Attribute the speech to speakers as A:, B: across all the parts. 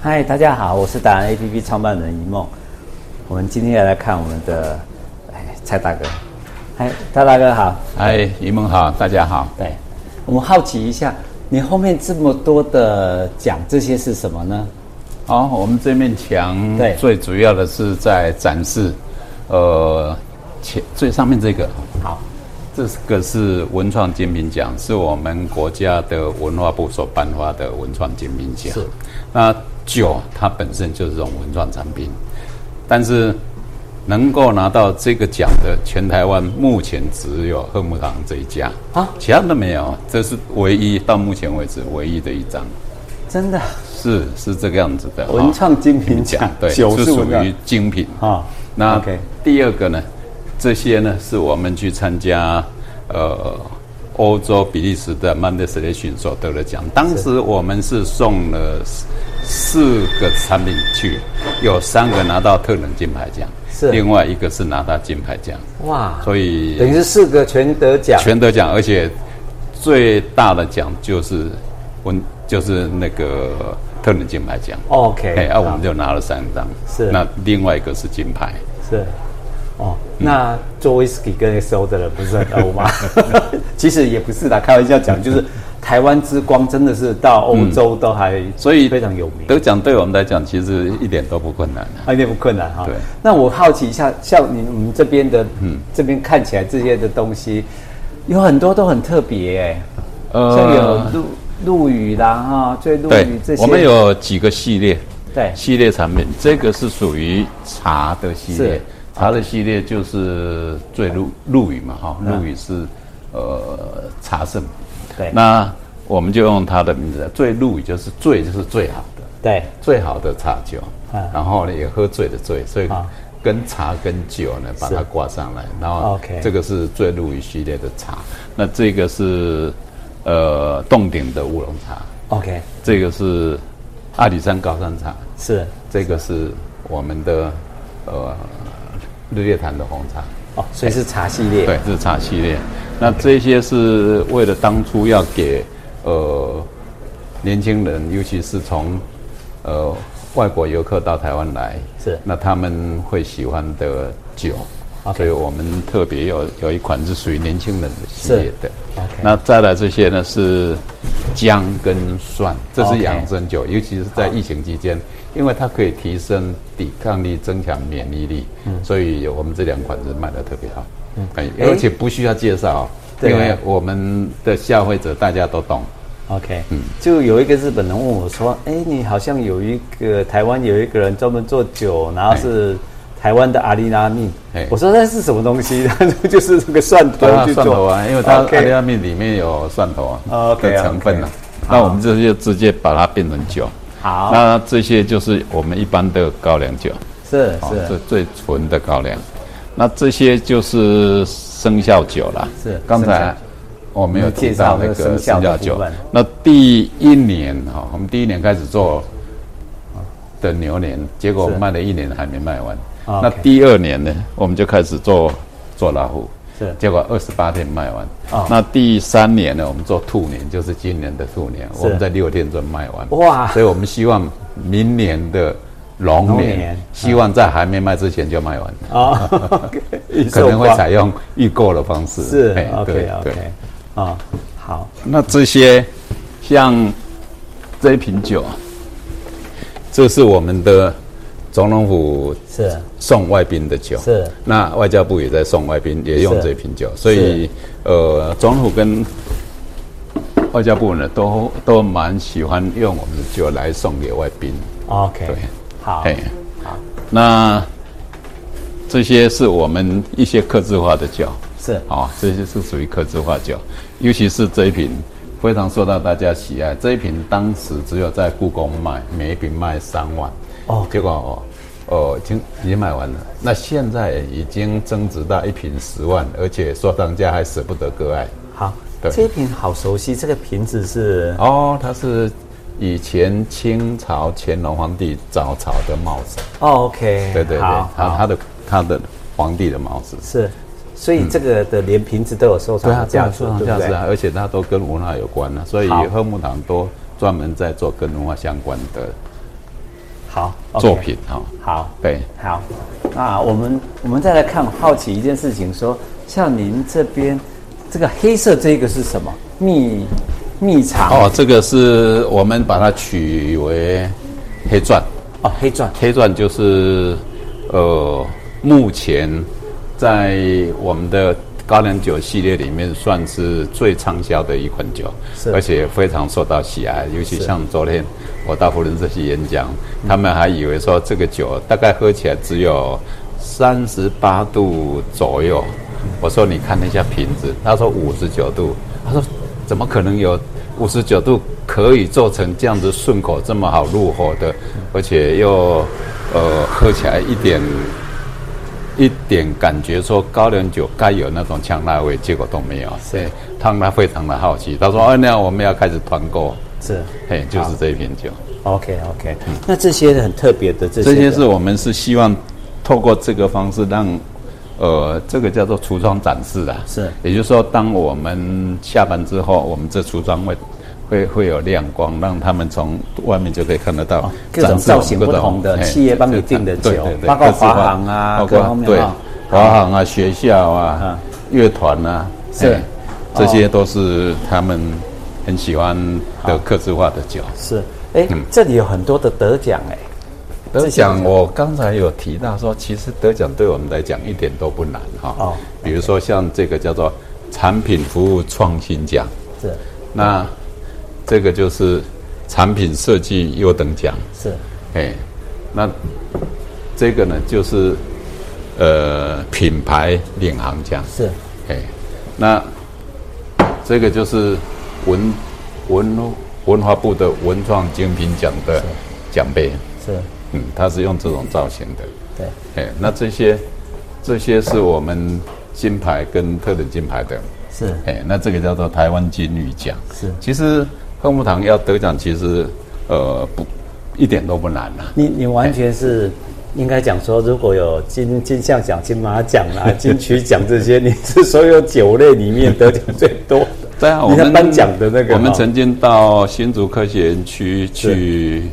A: 嗨，大家好，我是达人 APP 创办人一梦。我们今天来看我们的哎蔡大哥，嗨，蔡大哥好。
B: 哎，一梦好，大家好。
A: 对，我们好奇一下，你后面这么多的讲这些是什么呢？
B: 好，我们这面墙
A: 对
B: 最主要的是在展示，呃，前最上面这个，
A: 好，
B: 这个是文创精品奖，是我们国家的文化部所颁发的文创精品奖。
A: 是，
B: 那酒它本身就是这种文创产品，但是能够拿到这个奖的，全台湾目前只有贺木堂这一家
A: 啊
B: 其他的没有，这是唯一到目前为止唯一的一张。
A: 真的
B: 是是这个样子的，
A: 文创精品奖
B: 哦对，
A: 哦酒
B: 是
A: 是
B: 属
A: 文创
B: 于精品
A: 啊
B: 那
A: OK
B: 第二个呢，这些呢是我们去参加呃欧洲比利时的曼德斯雷逊所得的奖，当时我们是送了四四个产品去，有三个拿到特能金牌奖，
A: 是
B: 另外一个是拿到金牌奖，
A: 哇，
B: 所以
A: 等于是四个全得奖，
B: 全得奖，而且最大的奖就是文，就是那个特能金牌奖。
A: OK，
B: 哎，啊，
A: 好
B: 我们就拿了三张，
A: 是
B: 那另外一个是金牌，
A: 是，哦，那做 whisky 跟 soda 的不是很欧 吗？其实也不是啦，开玩笑讲，就是台湾之光真的是到欧洲都还
B: 所以
A: 非常有名，
B: 得嗯奖对我们来讲其实一点都不困难啊
A: 啊有点不困难哈。
B: 对
A: 那我好奇一下，像你我们这边的，嗯，这边看起来这些的东西，有很多都很特别哎、
B: 呃
A: 像有陆陆羽啦哈，追陆
B: 对
A: 羽这，些，
B: 我们有几个系列，
A: 对
B: 系列产品，这个是属于茶的系列
A: 是，
B: 茶的系列就是最陆陆羽嘛，哈，陆羽是呃茶圣，
A: 嗯对
B: 那我们就用它的名字，最陆羽就是最就是最好的，
A: 对
B: 最好的茶酒，
A: 啊
B: 然后呢也喝醉的醉，所以
A: 啊
B: 跟茶跟酒呢把它挂上来，然后
A: OK
B: 这个是醉鲈鱼系列的茶，那这个是呃洞顶的乌龙茶，
A: ，OK，
B: 这个是阿里山高山茶，
A: 是
B: 这个是我们的呃日月潭的红茶，
A: 哦，所以是茶系列，
B: 对，日茶系列。那这些是为了当初要给呃年轻人，尤其是从呃外国游客到台湾来，
A: 是
B: 那他们会喜欢的酒。
A: OK
B: 所以我们特别有有一款是属于年轻人的系列的
A: 是 OK。
B: 那再来这些呢是姜跟蒜，这
A: OK
B: 是养生酒，尤其是在疫情期间，因为它可以提升抵抗力、增强免疫力，
A: 嗯
B: 所以我们这两款是卖的特别好。嗯，而且不需要介绍，啊
A: 对
B: 因为我们的消费者大家都懂。
A: OK，就
B: 嗯
A: 有一个日本人问我说：“哎，你好像有一个台湾有一个人专门做酒，然后是台湾的阿里拉命。
B: 哎”
A: 我说：“那是什么东西？” 他说：“就是这个蒜头
B: 对啊，
A: 去做。
B: 蒜头啊，因为它
A: OK
B: 阿利亚面里面有蒜头
A: 哦
B: 啊
A: ，OK，
B: 的成分啊
A: OK，
B: 那我们这些直接把它变成酒。
A: 好
B: 那这些就是我们一般的高粱酒，
A: 是
B: 哦
A: 是
B: 这最纯的高粱。那这些就是生肖酒啦。
A: 是
B: 刚
A: 生
B: 才
A: 肖
B: 我们有提到那个生
A: 我们介绍那个生肖的
B: 肖
A: 部
B: 酒
A: 分。
B: 那第一年哈、哦我们第一年开始做的牛年，结果我们卖了一年还没卖完。
A: 啊 OK
B: 那第二年呢，我们就开始做做老虎，
A: 是
B: 结果二十八天卖完。
A: 哦
B: 那第三年呢，我们做兔年，就是今年的兔年，我们在六天就卖完。
A: 哇
B: 所以我们希望明年的龙
A: 龙
B: 年，
A: 年
B: 希望在还没卖之前就卖完，
A: 啊，OK，
B: 可 能会
A: 采
B: 采用预购的方式。
A: 是
B: 哎
A: OK
B: 对对
A: OK 啊，好
B: 那这些像这一瓶酒，啊这是我们的总统府
A: 是
B: 送外宾的酒，
A: 是
B: 那外交部也在送外宾，也用
A: 是
B: 这瓶酒，所以呃，总统府跟外交部呢都都蛮喜欢用我们的酒来送给外宾。
A: OK，
B: 对
A: 好
B: 嘿，哎那这些是我们一些客制化的酒，
A: 是
B: 哦，这些是属于客制化酒，尤其是这一瓶非常受到大家喜爱。这一瓶当时只有在故宫卖，每一瓶卖三万，
A: 哦
B: 结果哦。哦，已经已经卖完了。那现在已经增值到一瓶十万，而且收藏家还舍不得割爱。
A: 好。
B: 对
A: 这一瓶好熟悉，这个瓶子是
B: 哦，它是以前清朝乾隆皇帝早朝的帽子。
A: 哦 OK，
B: 对对对，
A: 好
B: 他
A: 好
B: 他的他的皇帝的帽子，
A: 是，所以这个的连瓶子都有收藏的价值，对不
B: 价值
A: 对？
B: 啊，而且它都跟文化有关啊，所以
A: 好
B: 贺木堂都专门在做跟文化相关的
A: 好
B: 作
A: OK
B: 品哈、
A: 好，
B: 对，
A: 好，那我们我们再来看，好奇一件事情说，像您这边这个黑色这个是什么？蜜蜜肠哦
B: 哦，这个是我们把它取为黑钻，
A: 黑钻
B: 哦黑钻就是呃，目前在我们的高粱酒系列里面算是最畅销的一款酒
A: 是，
B: 而且非常受到喜爱。尤其像昨天我到福伦社去演讲，他们还以为说这个酒大概喝起来只有三十八度左右。我说你看一下瓶子，他说五十九度，他说怎么可能有五十九度可以做成这样子顺口这么好入口的，而且又呃喝起来一点一点感觉说高粱酒该有那种呛辣味，结果都没有。对，让他非常的好奇，他说：“哦、那我们要开始团购。
A: 是”
B: 嘿，就是这一瓶酒，
A: OK OK，、那这些很特别的这些
B: 嗯这些
A: 的
B: 是我们是希望透过这个方式让。呃，这个叫做橱窗展示啊，
A: 是
B: 也就是说，当我们下班之后，我们这橱窗会会会有亮光，让他们从外面就可以看得到、
A: 各种
B: 展示
A: 哦造
B: 我们
A: 型
B: 各
A: 不
B: 种
A: 同的
B: 嘿
A: 企业帮你订的
B: 对
A: 酒
B: 对对
A: 包括
B: 各式化
A: 华航啊
B: 包
A: 各
B: 括
A: 方面
B: 对
A: 啊，
B: 华航啊，学校啊，乐团啊，
A: 是哦
B: 嘿这些都是他们很喜欢的客制化的酒。
A: 是哎、
B: 嗯
A: 这里有很多的得奖哎、
B: 得奖，我刚才有提到说，其实得奖对我们来讲一点都不难哈。
A: 哦
B: 比如说像这个叫做产品服务创新奖，
A: 是
B: 那这个就是产品设计优等奖，
A: 是
B: 哎，那这个呢就是呃品牌领航奖，
A: 是
B: 哎，那这个就是文文文化部的文创精品奖的奖杯，
A: 是，
B: 嗯，它是用这种造型的，
A: 对
B: 哎，那这些这些是我们金牌跟特等金牌的，
A: 是
B: 哎，那这个叫做台湾金鱼奖。
A: 是
B: 其实贺木堂要得奖，其实呃不一点都不难啊啦、
A: 你你完全是应该讲说，如果有金金像奖、金马奖 啊、金曲奖这些，你是所有酒类里面得奖最多的。
B: 对啊，我
A: 你在
B: 们
A: 颁奖的那个
B: 我们
A: 哦
B: 曾经到新竹科学园区去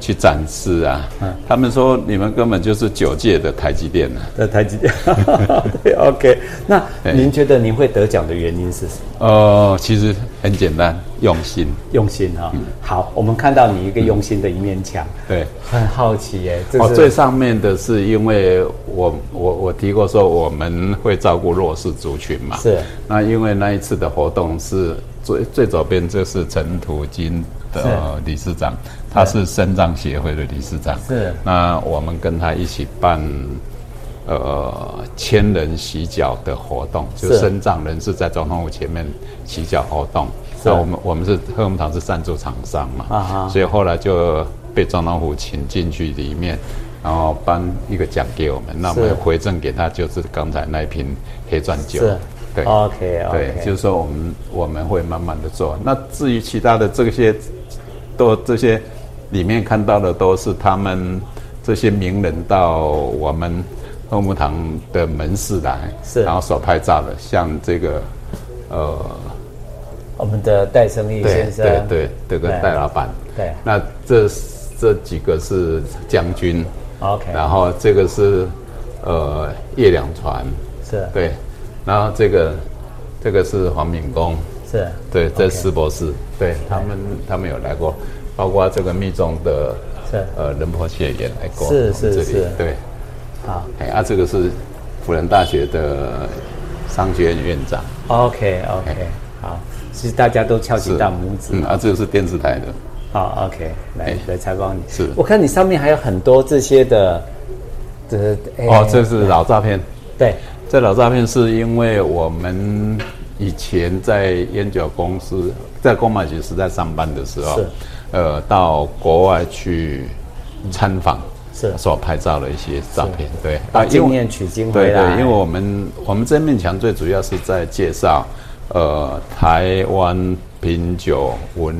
B: 去展示啊，
A: 嗯
B: 他们说你们根本就是酒界的台积电啊。
A: 的台积电， 对，OK。那您觉得您会得奖的原因是什么？
B: 呃，其实很简单，用心。
A: 用心哈、
B: 嗯
A: 好，我们看到你一个用心的一面墙，
B: 对，
A: 很好奇耶，这
B: 嗯哦，
A: 是
B: 最上面的是因为我我我提过说我们会照顾弱势族群嘛，
A: 是。
B: 那因为那一次的活动是最最左边，这是陈土金的
A: 是
B: 呃理事长，他是肾脏协会的理事长。
A: 是
B: 那我们跟他一起办。呃，千人洗脚的活动，就是身障人士在总统府前面洗脚活动。
A: 是
B: 那我们我们是贺木堂是赞助厂商嘛，
A: 啊哈
B: 所以后来就被张老虎请进去里面，然后颁一个奖给我们，那我
A: 是
B: 们回赠给他就是刚才那一瓶黑钻酒。
A: 是
B: 对
A: OK，OK
B: 对，就是说我们我们会慢慢的做。那至于其他的这些，都这些里面看到的都是他们这些名人到我们后木堂的门市来，
A: 是
B: 然后所拍照的，像这个呃。
A: 我们的戴胜义
B: 对
A: 先生，
B: 对对，这个戴老板。
A: 对
B: 那这这几个是将军，
A: ，OK，
B: 然后这个是呃叶良传，
A: 是
B: 对，然后这个这个是黄敏公，
A: 是
B: 对，这施博士，对他们
A: 嗯
B: 他们有来过，包括这个密宗的
A: 是
B: 呃仁波切也来过，
A: 是
B: 我们
A: 是
B: 这里
A: 是
B: 对，
A: 好
B: 哎啊，这个是辅仁大学的商学院院长，
A: ，OK OK，好，其实大家都翘起
B: 是
A: 大拇指
B: 嗯，啊，这个是电视台的，
A: 好，OK，来
B: 哎
A: 来采访你。
B: 是
A: 我看你上面还有很多这些的，的哎
B: 哦，这是老照片。
A: 对
B: 这老照片是因为我们以前在烟酒公司，在公马局时代上班的时候
A: 是，
B: 呃，到国外去参访，
A: 是
B: 所拍照的一些照片，对，
A: 把
B: 啊因为
A: 经验取经回
B: 对对
A: 来，
B: 因为我们我们这面墙最主要是在介绍，呃，台湾品酒文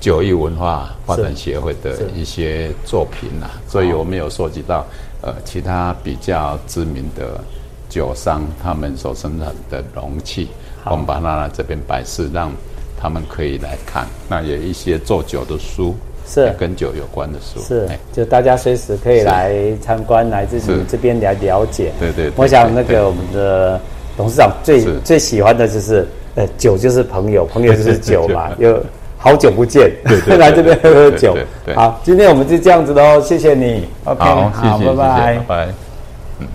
B: 九艺文化发展协会的一些作品啊，所以我们有涉及到呃其他比较知名的酒商他们所生产的容器，我们把它拿来这边摆饰，让他们可以来看。那也有一些做酒的书，
A: 是
B: 跟酒有关的书。
A: 是
B: 哎，
A: 就大家随时可以
B: 是
A: 来参观，来自己
B: 是
A: 这边来了解。
B: 对对对
A: 我想那
B: 对对
A: 个我们的董事长最
B: 是，
A: 最喜欢的就是，呃，酒就是朋友，朋友就是酒嘛有好久不见，
B: 对 对对
A: 来这边喝喝
B: 对对
A: 酒
B: 对对。对
A: 好，今天我们就这样子喽，谢谢你。OK，
B: 好，谢谢，谢谢，
A: 拜拜
B: 拜。拜。